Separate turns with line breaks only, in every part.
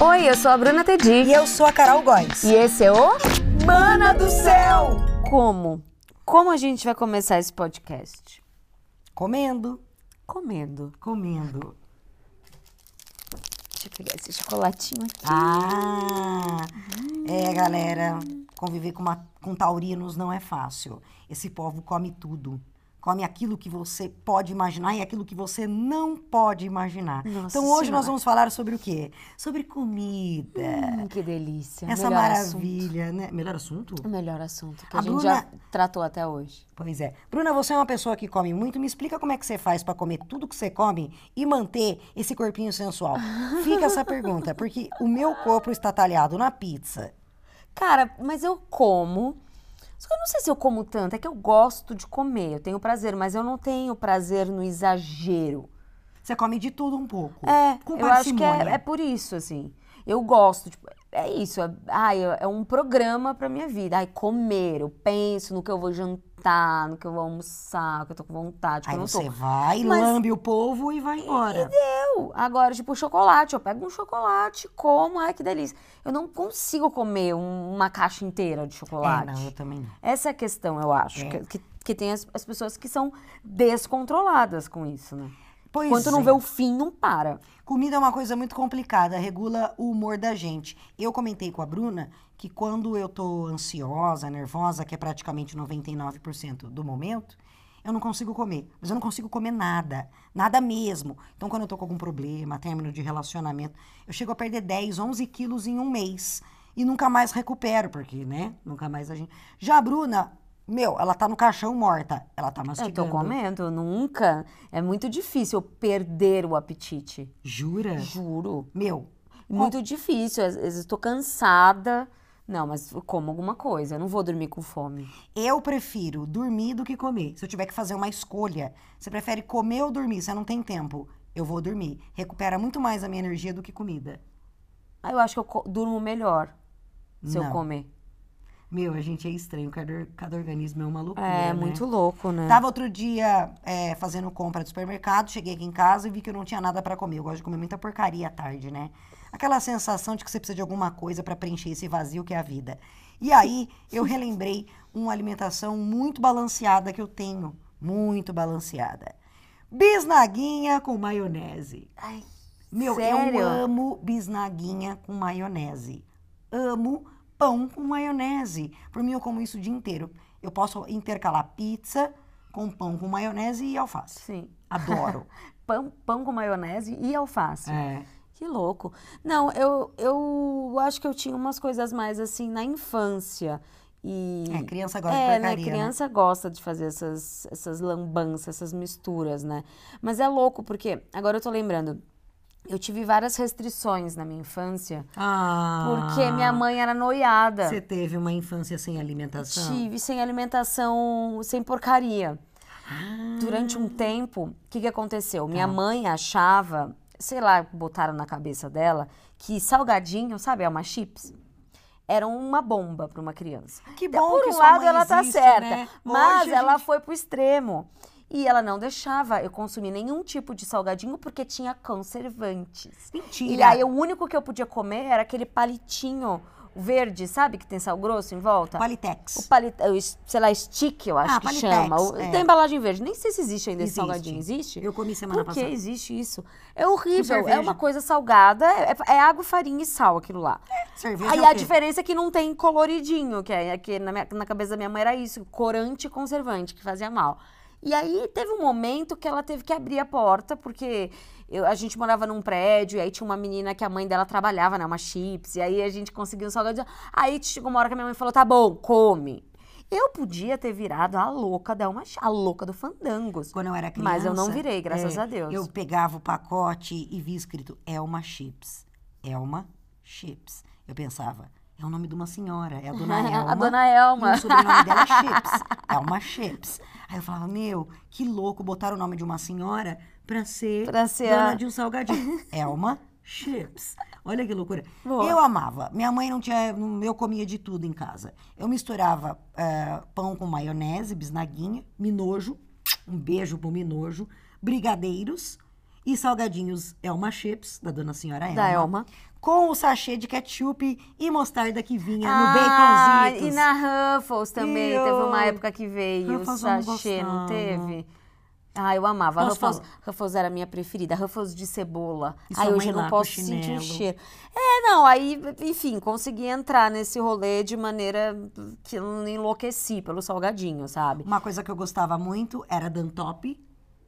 Oi, eu sou a Bruna Tedi.
E eu sou a Carol Góes.
E esse é o
Mana do Céu!
Como? Como a gente vai começar esse podcast?
Comendo.
Comendo.
Comendo.
Deixa eu pegar esse chocolatinho aqui.
Ah! É, galera, conviver com, uma- com taurinos não é fácil. Esse povo come tudo. Come aquilo que você pode imaginar e aquilo que você não pode imaginar.
Nossa
então hoje
Senhora.
nós vamos falar sobre o quê? Sobre comida.
Hum, que delícia.
Essa
Melhor
maravilha, né? Melhor assunto?
assunto. O melhor assunto que a,
A
gente
Bruna-
já tratou até hoje.
Pois é. Bruna, você é uma pessoa que come muito. Me explica como é que você faz pra comer tudo que você come e manter esse corpinho sensual. Fica essa pergunta, porque o meu corpo está talhado na pizza.
Cara, mas eu como. Só que eu não sei se eu como tanto. É que eu gosto de comer. Eu tenho prazer, mas eu não tenho prazer no exagero.
Você come de tudo um pouco.
É,
com
eu acho que
parcimônia.
é, é por isso, assim. Eu gosto, tipo, é isso. É, ai, é é um programa pra minha vida. Ai, comer, eu penso no que eu vou jantar, no que eu vou almoçar, o que eu tô com vontade, o que
Aí
tipo, eu não tô.
você vai,
Mas-
lambe o povo e vai embora.
Eu, agora, tipo, chocolate, eu pego um chocolate, como, ai, que delícia. Eu não consigo comer um- uma caixa inteira de
É,
chocolate.
não, eu também não.
Essa é a questão, eu acho,
É.
que, que, que tem as, as pessoas que são descontroladas com isso, né?
Pois
Enquanto não
é.
vê o fim, não para.
Comida é uma coisa muito complicada, regula o humor da gente. Eu comentei com a Bruna que quando eu tô ansiosa, nervosa, que é praticamente 99% do momento, eu não consigo comer. Mas eu não consigo comer nada, nada mesmo. Então, quando eu tô com algum problema, término de relacionamento, eu chego a perder 10, 11 quilos em um mês. E nunca mais recupero, porque, né? Nunca mais a gente. Já a Bruna, meu, ela tá no caixão morta. Ela tá
Eu tô
mastigando.
comendo, eu nunca. É muito difícil eu perder o apetite.
Jura?
Juro.
Meu,
Muito difícil. Às vezes eu tô cansada. Não, mas eu como alguma coisa. Eu não vou dormir com fome.
Eu prefiro dormir do que comer. Se eu tiver que fazer uma escolha, você prefere comer ou dormir? Você não tem tempo. Eu vou dormir. Recupera muito mais a minha energia do que comida.
Aí eu acho que eu co- durmo melhor se eu
Não.
comer.
Meu, a gente é estranho. Cada, or- cada organismo é uma loucura.
É,
né?
muito louco, né?
Tava outro dia é, fazendo compra do supermercado, cheguei aqui em casa e vi que eu não tinha nada pra comer. Eu gosto de comer muita porcaria à tarde, né? Aquela sensação de que você precisa de alguma coisa pra preencher esse vazio que é a vida. E aí eu relembrei uma alimentação muito balanceada que eu tenho, muito balanceada. Bisnaguinha com maionese.
Ai,
Meu,
sério?
eu amo bisnaguinha com maionese. Amo pão com maionese. Por mim, eu como isso o dia inteiro. Eu posso intercalar pizza com pão com maionese e alface.
Sim.
Adoro.
Pão, pão com maionese e alface.
é.
Que louco. Não, eu, eu acho que eu tinha umas coisas mais assim na infância. E
É, criança gosta de
é, né?
porcaria, né?
Criança gosta de fazer essas, essas lambanças, essas misturas, né? Mas é louco, porque agora eu tô lembrando, eu tive várias restrições na minha infância,
Ah,
porque minha mãe era noiada.
Você teve uma infância sem alimentação?
Tive sem alimentação, sem porcaria.
Ah, Tá.
Durante um tempo, o que, que aconteceu? Minha mãe achava, sei lá, botaram na cabeça dela, que salgadinho, sabe, alma chips, era uma bomba para uma criança.
que
Então,
bom
Por
que
um
sua
lado,
mãe
ela tá
existe,
certa,
né?
mas
Hoje a
ela
gente-
foi pro extremo. E ela não deixava eu consumir nenhum tipo de salgadinho porque tinha conservantes.
Mentira.
E aí, o único que eu podia comer era aquele palitinho verde, sabe? Que tem sal grosso em volta.
Palitex.
O palito, o es- sei lá, stick, eu acho
Ah,
que
Palitex,
chama. O-
é.
Tem embalagem verde. Nem sei se existe ainda esse
Existe.
salgadinho. Existe?
Eu comi semana
Por que
passada.
existe isso? É
Com
horrível. É
cerveja.
uma coisa salgada. É, é água, farinha e sal aquilo lá.
Cerveja
Aí
é o
a
quê?
diferença é que não tem coloridinho, que, é, que na, minha- na cabeça da minha mãe era isso, corante e conservante, que fazia mal. E aí teve um momento que ela teve que abrir a porta, porque eu- a gente morava num prédio, e aí tinha uma menina que a mãe dela trabalhava, né, uma chips, e aí a gente conseguiu um salgadinho. Aí chegou uma hora que a minha mãe falou, tá bom, come. Eu podia ter virado a louca da uma, chi- a louca do fandangos.
Quando eu era criança. é,
Mas eu não virei, graças a Deus.
Eu pegava o pacote e vi escrito Elma Chips. Elma Chips. Eu pensava, é o nome de uma senhora, é a dona Elma.
a dona Elma.
E o sobrenome dela é Chips. Elma Chips. Aí eu falava, meu, que louco botar o nome de uma senhora pra ser,
Pra ser
dona
a-
de um salgadinho. Elma Chips. Olha que loucura.
Boa.
Eu amava. Minha mãe não tinha. Eu comia de tudo em casa. Eu misturava eh, pão com maionese, bisnaguinha, minojo, um beijo pro minojo, brigadeiros. E salgadinhos Elma Chips, da dona senhora Elma.
Da Elma.
Com o sachê de ketchup e mostarda que vinha
Ah, e
no baconzitos.
na Ruffles também.
E
teve
o-
uma época que veio o
Ruffles eu não
sachê, não
gostava.
teve? Ah, eu amava.
Posso
Ruffles,
falar?
Ruffles era a minha preferida. Ruffles de cebola.
E sua
Aí
mãe
hoje eu
lá
não
com
posso
chinelo.
sentir o cheiro. É, não, aí, enfim, consegui entrar nesse rolê de maneira que eu não enlouqueci pelo salgadinho, sabe?
Tipo, Uma coisa que eu gostava muito era Dantop.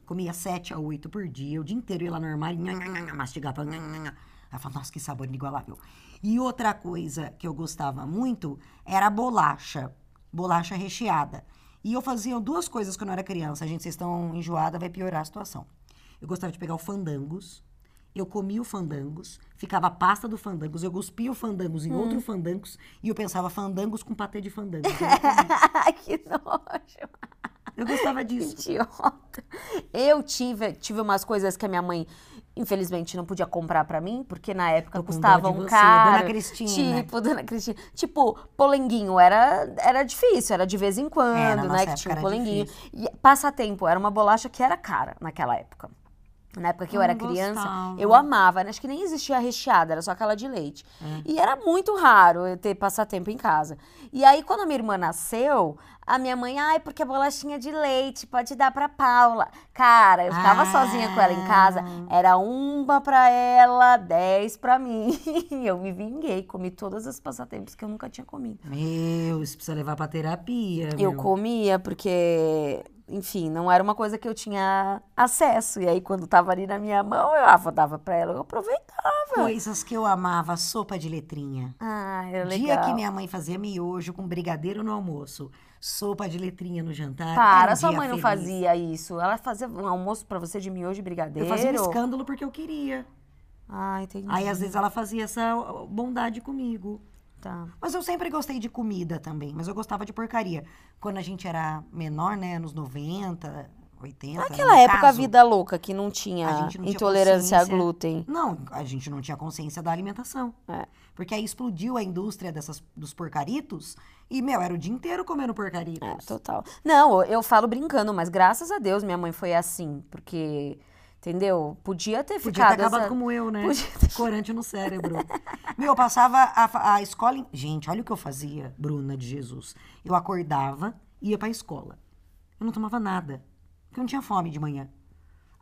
Comia sete a oito por dia, o dia inteiro ia lá no armário, nha, nha, nha, nha, mastigava. Nha, nha, nha. Ela falava, nossa, que sabor inigualável. E outra coisa que eu gostava muito era bolacha, bolacha recheada. E eu fazia duas coisas quando eu era criança. Gente, vocês estão enjoada, vai piorar a situação. Eu gostava de pegar o fandangos, eu comia o fandangos, ficava a pasta do fandangos, eu cuspia o fandangos em outro fandangos, e eu pensava fandangos com patê de fandangos. Eu não comia.
que nojo.
Eu gostava
Que
disso.
Idiota. Eu tive, tive umas coisas que a minha mãe, infelizmente, não podia comprar pra mim, porque na época
Tô com dó
custava
de
um
você,
caro.
Dona Cristina. né?
Tipo, dona Cristina. Tipo, polenguinho era, era difícil, era de vez em quando,
É, na
né?
nossa
Que
época
tinha um
era
polenguinho. E passatempo, era uma bolacha que era cara naquela época. Na época que eu,
Eu
era
Ah, não
criança,
gostava.
eu amava. né? Acho que nem existia recheada, era só aquela de leite.
É.
E era muito raro eu ter passatempo em casa. E aí, quando a minha irmã nasceu, a minha mãe, ai, porque a bolachinha de leite pode dar pra Paula. Cara, eu ficava
Ah.
sozinha com ela em casa, era uma pra ela, dez pra mim. eu me vinguei, comi todas as passatempos que eu nunca tinha comido.
Meu, isso precisa levar pra terapia.
Eu
É meu.
comia porque, enfim, não era uma coisa que eu tinha acesso. E aí, quando tava ali na minha mão, eu ah, dava pra ela, eu aproveitava.
Coisas que eu amava, sopa de letrinha.
Ah, era legal.
Dia que minha mãe fazia miojo com brigadeiro no almoço, sopa de letrinha no jantar. era
Para,
um
sua
dia
mãe não
feliz.
fazia isso. Ela fazia um almoço pra você de miojo e brigadeiro.
Eu fazia um escândalo porque eu queria.
Ah, entendi.
Aí às vezes ela fazia essa bondade comigo.
Tá.
Mas eu sempre gostei de comida também, mas eu gostava de porcaria. Quando a gente era menor, né, anos 90, 80,
Naquela
tá. no
época,
caso,
vida louca, que não tinha
A gente não tinha
intolerância a
consciência.
glúten.
Não, a gente não tinha consciência da alimentação.
É.
Porque aí explodiu a indústria dessas, dos porcaritos e, meu, era o dia inteiro comendo porcaritos.
É, total. Não, eu eu falo brincando, mas graças a Deus minha mãe foi assim. Porque, entendeu? Podia ter
Podia
ficado.
ter acabado
essa-
como eu, né?
Podia
Corante no cérebro. Meu, eu passava a, fa- a escola. em- Gente, olha o que eu fazia, Bruna de Jesus. Eu acordava e ia pra escola. Eu não tomava nada. Porque eu não tinha fome de manhã.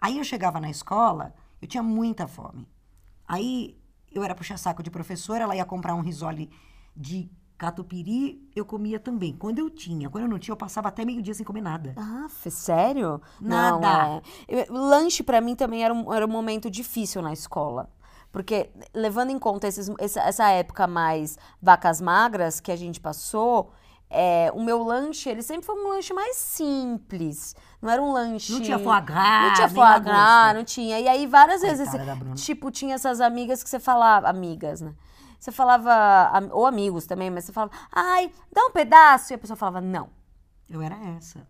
Aí eu chegava na escola, eu tinha muita fome. Aí eu era puxa-saco de professora, ela ia comprar um risole de catupiry, eu comia também. Quando eu tinha, quando eu não tinha, eu passava até meio-dia sem comer nada.
Ah, f- sério? Não,
Nada.
é. Eu- Lanche pra mim também era um, era um momento difícil na escola. Porque, levando em conta esses, essa, essa época mais vacas magras que a gente passou, é, o meu lanche, ele sempre foi um lanche mais simples. Não era um lanche...
Não tinha foie gras,
Não tinha
nem né?
foie gras,
lagosta.
não tinha. E aí, várias vezes,
Coitada
esse-
da Bruna.
tipo, tinha essas amigas que você falava... Amigas, né? Você falava... am- Ou amigos também, mas você falava... Ai, dá um pedaço. E a pessoa falava, não.
Eu era essa.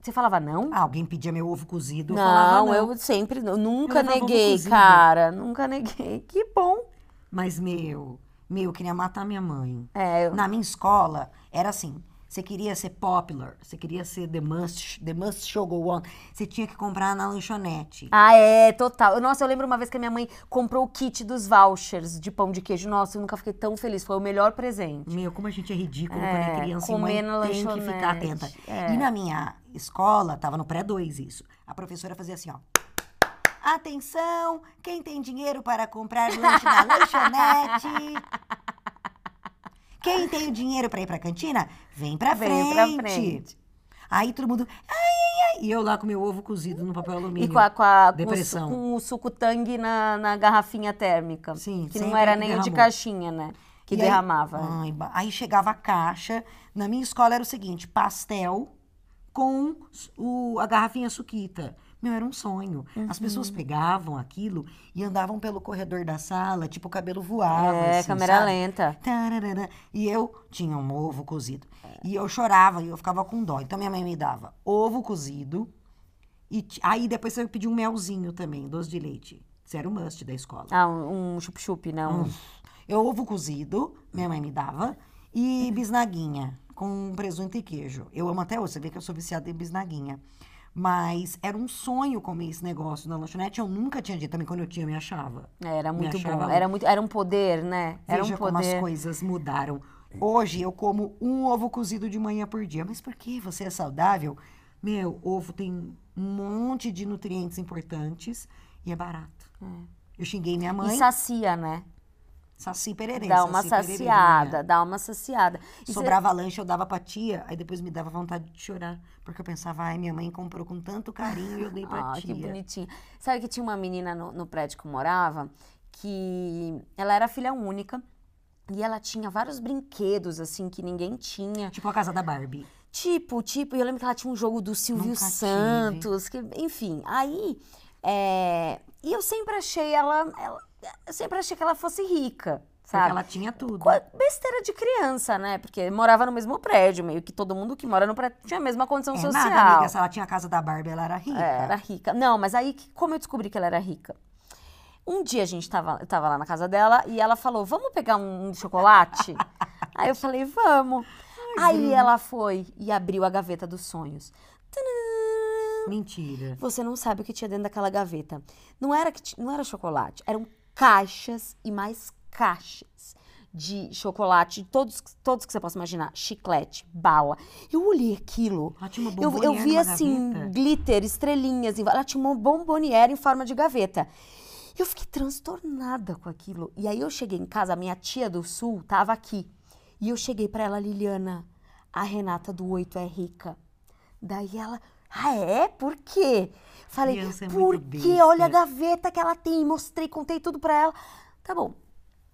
Você falava, não?
Ah, alguém pedia meu ovo cozido, eu falava
Não,
não.
eu sempre, eu nunca
Eu levava ovo
neguei,
cozido.
cara, nunca neguei. Que bom.
Mas, meu, meu, eu queria matar minha mãe.
É, eu-
Na minha escola, era assim. Você queria ser popular, você queria ser the must, the must show go on. Você tinha que comprar na lanchonete.
Ah, é, total. Eu- Nossa, eu lembro uma vez que a minha mãe comprou o kit dos vouchers de pão de queijo. Nossa, eu nunca fiquei tão feliz. Foi o melhor presente.
Meu, como a gente é ridículo
É,
quando é criança e
comer
mãe
na
tem que ficar
lanchonete,
atenta.
é.
E na minha escola, tava no pré-2 isso. A professora fazia assim, ó. Atenção, quem tem dinheiro para comprar lanche na lanchonete? Quem tem o dinheiro para ir pra cantina, vem pra
Vem
frente.
pra frente.
Aí todo mundo, ai, ai, ai. E eu lá com meu ovo cozido no papel alumínio.
E com, a, com, a- com o, su-
Depressão.
com o suco tangue na, na garrafinha térmica.
Sim,
que não
sempre
era
que
nem o de
derramou.
caixinha, né? Que
E aí-
derramava.
Ai, ba- Aí, chegava a caixa. Na minha escola era o seguinte: pastel com o, a garrafinha suquita. Meu, era um sonho.
Uhum.
As pessoas pegavam aquilo e andavam pelo corredor da sala, tipo, o cabelo voava.
é,
assim,
câmera
sabe?
lenta.
Tararara. E eu tinha um ovo cozido. E eu chorava e eu ficava com dó. Então minha mãe me dava ovo cozido. E ti- aí depois eu pedi um melzinho também, doce de leite. Isso era o must da escola.
Ah, um um chup-chup, né?
Hum.
Um-
Eu ovo cozido, minha mãe me dava, e bisnaguinha com presunto e queijo. Eu amo até hoje, você vê que eu sou viciada em bisnaguinha. Mas era um sonho comer esse negócio na lanchonete. Eu nunca tinha dito, também quando eu tinha, eu me achava.
Era
Me
muito bom.
achava-
Era, muito, era um poder, né? Era
Veja
um
como as
poder.
coisas mudaram. Hoje eu como um ovo cozido de manhã por dia. Mas por que você é saudável? Meu, ovo tem um monte de nutrientes importantes e é barato. Eu xinguei minha mãe.
E sacia, né?
Saci pererê.
Dá uma
saci pererê de manhã.
saciada, dá uma saciada. E cê-
Sobrava lanche, eu dava pra tia, aí depois me dava vontade de chorar. Porque eu pensava, ai, minha mãe comprou com tanto carinho e eu dei
Ah,
pra
que
tia.
bonitinho. Sabe que tinha uma menina no, no prédio que eu morava que ela era filha única e ela tinha vários brinquedos assim que ninguém tinha.
Tipo a casa da Barbie.
Tipo, tipo, e eu lembro que ela tinha um jogo do Silvio
Nunca tive.
Santos, que, enfim. Aí, é, e eu sempre achei ela, ela- eu sempre achei que ela fosse rica,
Porque
sabe?
ela tinha tudo.
Co- Besteira de criança, né? Porque morava no mesmo prédio, meio que todo mundo que mora no prédio tinha a mesma condição
É
social.
nada, amiga. Se ela tinha a casa da Barbie, ela era rica.
É, Era rica. Não, mas aí, que- como eu descobri que ela era rica? Um dia a gente tava, eu tava lá na casa dela e ela falou: Vamos pegar um, um chocolate? aí eu falei: Vamos. aí ela foi e abriu a gaveta dos sonhos. Tadã!
Mentira.
Você não sabe o que tinha dentro daquela gaveta. Não era, que ti- não era chocolate, eram caixas e mais caixas de chocolate, todos, todos que você possa imaginar: chiclete, bala. Eu olhei aquilo.
Ela tinha uma
Eu, eu
bomboniere
vi
numa
assim,
gaveta.
glitter, estrelinhas. em va- Ela tinha uma bomboniere em forma de gaveta. Eu fiquei transtornada com aquilo. E aí eu cheguei em casa, a minha tia do sul tava aqui. E eu cheguei pra ela, Liliana, a Renata do 8 é rica. Daí ela, ah é? Por quê? Falei,
Criança é
por
muito
quê?
besta."
Olha a gaveta que ela tem. Mostrei, contei tudo pra ela. Tá bom.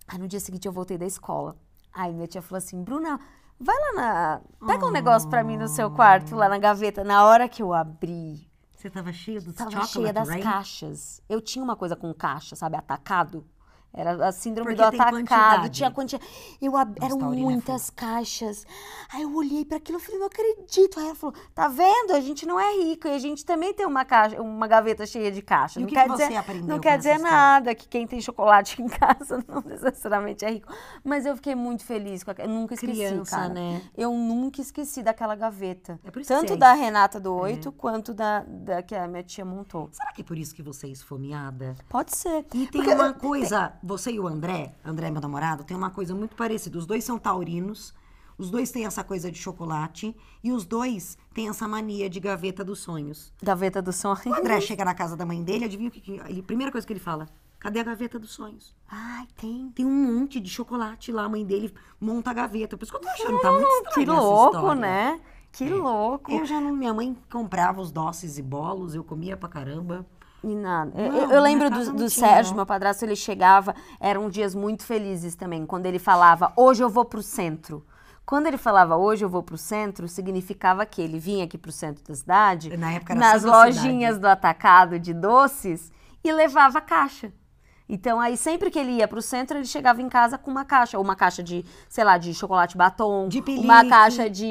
Aí no dia seguinte eu voltei da escola. Aí minha tia falou assim: Bruna, vai lá na. Pega um negócio pra mim no seu quarto, lá na gaveta. Na hora que eu abri,
Você tava cheia dos
tava
chocolate
cheia das
rain?
caixas. Eu tinha uma coisa com caixa, sabe? Atacado. Era a síndrome
Porque
do
tem
atacado.
quantidade.
Tinha quantidade. Eu ab... Eram
Taurina é
muitas caixas. Aí eu olhei pra aquilo e falei, não acredito. Aí ela falou, tá vendo? A gente não é rico. E a gente também tem uma, caixa, uma gaveta cheia de caixa.
E o
não
que
quer
que
dizer
você aprendeu
não
com
quer
essa
dizer
história?
nada, que quem tem chocolate em casa não necessariamente é rico. Mas eu fiquei muito feliz com aquela. Eu nunca esqueci,
Criança,
cara.
né?
Eu nunca esqueci daquela gaveta.
É por isso que
Tanto
você é
da
isso.
Renata do Oito, quanto da, da que a minha tia montou.
Será que é por isso que você é esfomeada?
Pode ser.
E tem
Porque-
uma coisa, você e o André, André meu namorado, tem uma coisa muito parecida. Os dois são taurinos, os dois têm essa coisa de chocolate e os dois têm essa mania de gaveta dos sonhos.
Gaveta do sonho.
O André chega na casa da mãe dele, adivinha o que, que ele, a primeira coisa que ele fala? Cadê a gaveta dos sonhos?
Ai, tem.
Tem um monte de chocolate lá, a mãe dele monta a gaveta. Por isso que eu tô achando, tá muito
Que
estranho essa
louco,
história.
né? Que louco.
Eu já não, minha mãe comprava os doces e bolos, eu comia pra caramba.
E nada. Eu-
Não,
eu,
na
lembro
casa
do,
não
do
tinha, né?
Sérgio,
não.
meu padrasto, ele chegava, eram dias muito felizes também, quando ele falava, hoje eu vou pro centro. Quando ele falava hoje eu vou pro centro, significava que ele vinha aqui pro centro da cidade,
Na época era
nas
só na cidade. né?
lojinhas do atacado de doces e levava a caixa. Então aí sempre que ele ia pro centro, ele chegava em casa com uma caixa, ou uma caixa de, sei lá, de chocolate batom,
De
uma
pelique.
caixa de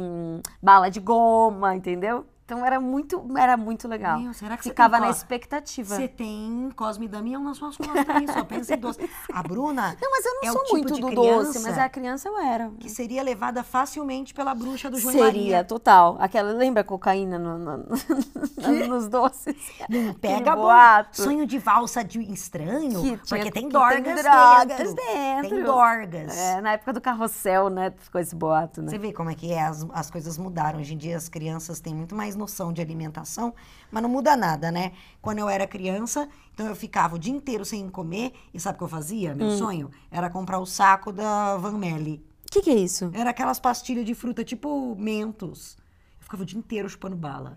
hum, bala de goma, entendeu? Então era muito, era muito legal.
Meu, será que é você
Ficava
tem
na
co-
expectativa.
Você tem Cosme e Damião nas suas costas, hein? Só pensa em doce. A Bruna,
Não, mas eu não
É o
sou
tipo
muito
de
do doce,
criança-
mas a criança eu era.
que seria levada facilmente pela bruxa do João e
Seria,
Maria.
total. Aquela, lembra a cocaína no- no- no- nos doces?
Não
Aquele
pega bom.
boato.
Sonho de valsa de estranho,
Que tinha-
porque tem
que tem
dorgas
drogas
dentro.
dentro.
Tem dorgas.
É, na época do carrossel, né? Ficou esse boato, né?
Você vê como é que é, as, as coisas mudaram. Hoje em dia as crianças têm muito mais noção de alimentação, mas não muda nada, né? Quando eu era criança, então eu ficava o dia inteiro sem comer, e sabe o que eu fazia? Meu sonho era comprar o saco da Van Melly.
O que, que é isso?
Era aquelas pastilhas de fruta, tipo mentos. Eu ficava o dia inteiro chupando bala.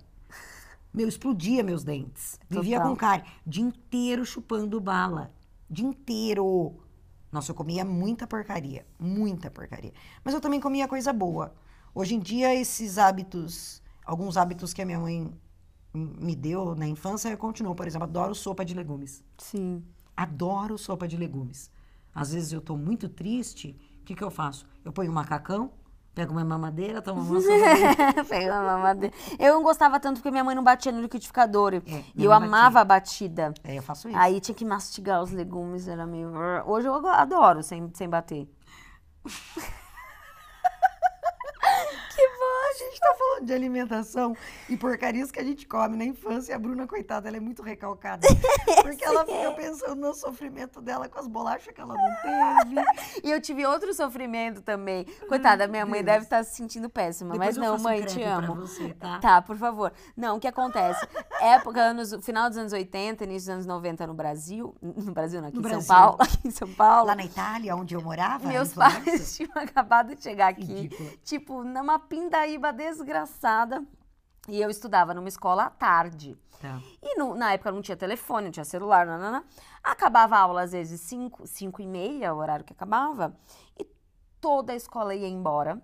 Meu, explodia meus dentes. Vivia
Total.
com cárie. O dia inteiro chupando bala. O dia inteiro. Nossa, eu comia muita porcaria. Muita porcaria. Mas eu também comia coisa boa. Hoje em dia, esses hábitos, alguns hábitos que a minha mãe m- me deu na infância, eu continuo. Por exemplo, adoro sopa de legumes.
Sim.
Adoro sopa de legumes. Às vezes eu tô muito triste, o que, que eu faço? Eu ponho um macacão, pego uma mamadeira, tomo uma sopa de legumes.
Pegou a mamadeira. Eu não gostava tanto porque minha mãe não batia no liquidificador. e-
minha
e eu
mãe batia.
amava a batida.
É, eu faço isso.
Aí tinha que mastigar os legumes, era meio. Hoje eu adoro sem, sem bater. que
a gente tá falando de alimentação e porcarias que a gente come na infância. E a Bruna, coitada, ela é muito recalcada. Porque ela fica pensando no sofrimento dela com as bolachas que ela não teve.
E eu tive outro sofrimento também. Coitada, minha mãe
Deus.
deve estar se sentindo péssima,
Depois
mas
eu
não,
faço um
mãe, te
crepe pra
amo.
você, tá?
por favor. Não, o que acontece? Época, anos, final dos anos 80, início dos anos 90 no Brasil. No Brasil, não, aqui
No
em
Brasil.
São Paulo. Aqui em São Paulo.
Lá na Itália, onde eu morava,
Meus
em Florença.
pais tinham acabado de chegar aqui,
Ridícula.
tipo, numa pindaíba desgraçada. E eu estudava numa escola à tarde.
Tá.
E no- na época não tinha telefone, não tinha celular, nananã. Acabava a aula às vezes 5, 5 e meia, o horário que acabava. E toda a escola ia embora.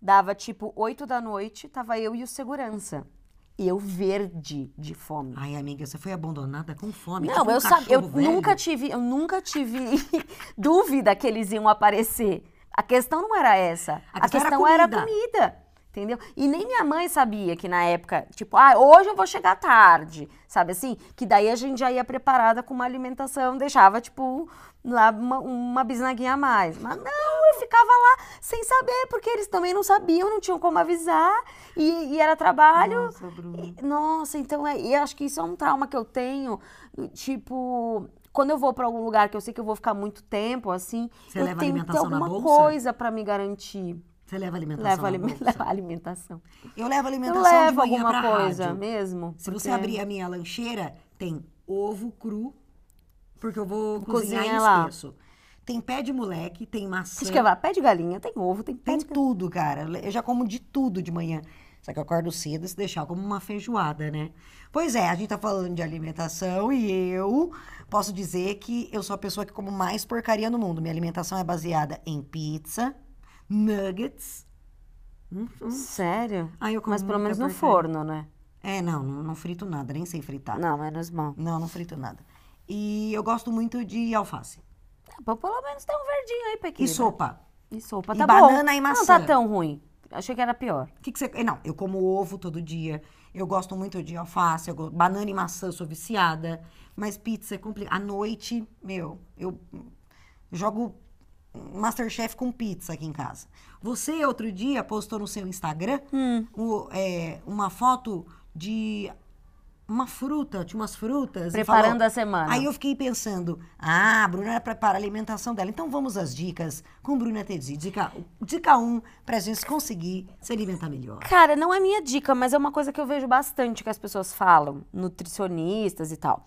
Dava tipo 8 da noite, tava eu e o segurança. E eu verde de fome.
Ai, amiga, você foi abandonada com fome.
Não,
tipo um
eu sabia, eu
cachorro velho.
nunca tive, eu nunca tive dúvida que eles iam aparecer. A questão não era essa.
A
A,
questão
questão,
era
era,
comida.
a comida. Entendeu? E nem minha mãe sabia que na época, tipo, ah, hoje eu vou chegar tarde, sabe assim? Que daí a gente já ia preparada com uma alimentação, deixava, tipo, lá uma, uma bisnaguinha a mais. Mas não, eu ficava lá sem saber, porque eles também não sabiam, não tinham como avisar, e, e era trabalho.
Nossa, Bruna.
E- Nossa, então é, e eu acho que isso é um trauma que eu tenho, tipo, quando eu vou pra algum lugar que eu sei que eu vou ficar muito tempo assim,
Você
eu
leva
tenho que ter
alimentação na
alguma
bolsa?
coisa pra me garantir.
Você leva alimentação
Levo
na
alime-
bolsa?
levo alimentação.
Eu levo
Eu
alimentação de
levo
manhã
alguma
pra
coisa
rádio.
mesmo.
Se você
porque-
abrir a minha lancheira, tem ovo cru, porque eu vou
Cozinha
cozinhar e
lá.
esqueço. Tem pé de moleque, tem maçã.
Acho que é vai, pé de galinha, tem ovo, tem pé
assim- Tem
de galinha.
tudo, cara. Eu já como de tudo de manhã. Só que eu acordo cedo e se deixar eu como uma feijoada, né? Pois é, a gente tá falando de alimentação e eu posso dizer que eu sou a pessoa que como mais porcaria no mundo. Minha alimentação é baseada em pizza, nuggets. Hum, hum.
Sério?
Aí eu como
Mas pelo
muita
menos no
porcaria.
forno, né?
É, não, não, não frito nada, nem sei fritar.
Não, menos mal.
Não, não frito nada. E eu gosto muito de alface.
Ah, pô, Pelo menos tem um verdinho aí,
E
pequeno.
sopa.
E sopa,
E
tá bom.
banana e maçã.
Não tá tão ruim. Achei que era pior.
O que, que você. eh, Não, eu como ovo todo dia. Eu gosto muito de alface, eu go- banana e maçã, eu sou viciada. Mas pizza é complicado. À noite, meu, eu hum, jogo Masterchef com pizza aqui em casa. Você, outro dia, postou no seu Instagram
Hum.
o- eh, uma foto de uma fruta, de umas frutas. e falou-
Preparando a semana.
Aí eu fiquei pensando, ah, a Bruna prepara a alimentação dela. Então vamos às dicas com Bruna Tedzi. Dica 1 dica um, pra gente conseguir se alimentar melhor.
Cara, não é minha dica, mas é uma coisa que eu vejo bastante que as pessoas falam, nutricionistas e tal.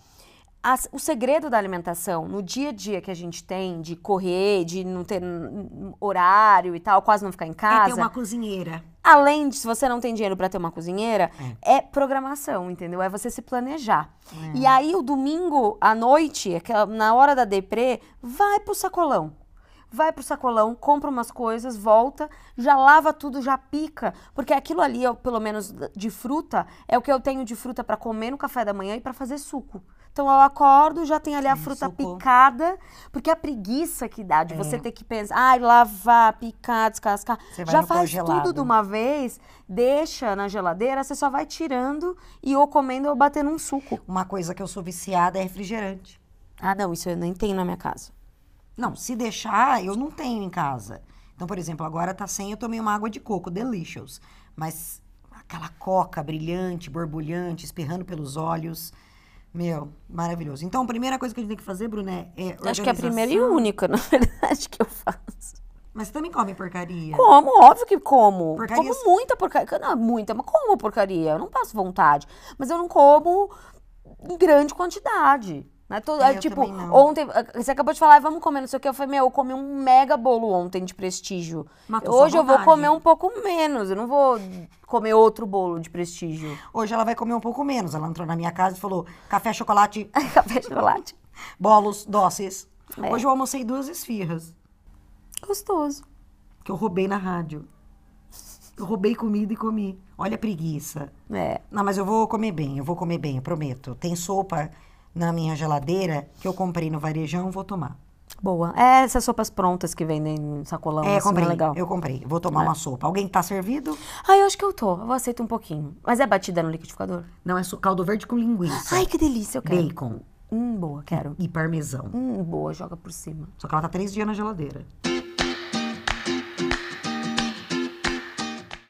As- o segredo da alimentação, no dia a dia que a gente tem, de correr, de não ter hum, hum, horário e tal, quase não ficar em
É
casa.
ter uma cozinheira.
Além de, se você não tem dinheiro pra ter uma cozinheira, é. programação, entendeu? É você se planejar. E aí, o domingo à noite, aquela- na hora da deprê, vai pro sacolão. Vai pro sacolão, compra umas coisas, volta, já lava tudo, já pica. Porque aquilo ali, eu, pelo menos de fruta, é o que eu tenho de fruta pra comer no café da manhã e pra fazer suco. Então eu acordo, já tem ali a fruta
suco.
picada, porque a preguiça que dá de você ter que pensar, ai, lavar, picar, descascar.
Você vai
Já
no
faz
congelado.
tudo de uma vez, deixa na geladeira, você só vai tirando e ou comendo ou batendo um suco.
Uma coisa que eu sou viciada é refrigerante.
Ah, não, isso eu nem tenho na minha casa.
Não, se deixar, eu não tenho em casa. Então, por exemplo, agora tá sem, eu tomei uma água de coco, delicious. Mas aquela coca brilhante, borbulhante, espirrando pelos olhos. Meu, maravilhoso. Então, a primeira coisa que a gente tem que fazer, Bruna, é organização.
Acho que é a primeira e única, na verdade, que eu faço.
Mas você também come porcaria.
Como, óbvio que como.
Porcarias.
Como muita porcaria. Não, muita, mas como porcaria? Eu não passo vontade. Mas eu não como em grande quantidade. Né? Todo,
É,
aí,
eu
tipo,
também não.
ontem, ah, você acabou de falar, "Ah, vamos comer, não sei o que. Eu falei, meu, eu comi um mega bolo ontem de prestígio.
Matou sua
Hoje eu vou
vontade.
comer um pouco menos. Eu não vou comer outro bolo de prestígio.
Hoje ela vai comer um pouco menos. Ela entrou na minha casa e falou: café, chocolate,
Café de chocolate.
bolos, doces.
É.
Hoje eu almocei duas esfirras
Gostoso.
que eu roubei na rádio. Eu roubei comida e comi. Olha a preguiça.
É.
Não, mas eu vou comer bem, eu vou comer bem, eu prometo. Tem sopa na minha geladeira que eu comprei no varejão, vou tomar.
Boa. É essas sopas prontas que vendem em sacolão.
é,
assim,
comprei.
é legal. É.
Eu comprei. Vou tomar uma sopa. Alguém tá servido?
Ah, eu acho que eu tô. Eu aceito um pouquinho. Mas é batida no liquidificador?
Não, é so- caldo verde com linguiça.
Ai, que delícia, eu quero.
bacon
Hum, boa, quero.
e parmesão.
Hum, boa, joga por cima.
Só que ela tá três dias na geladeira.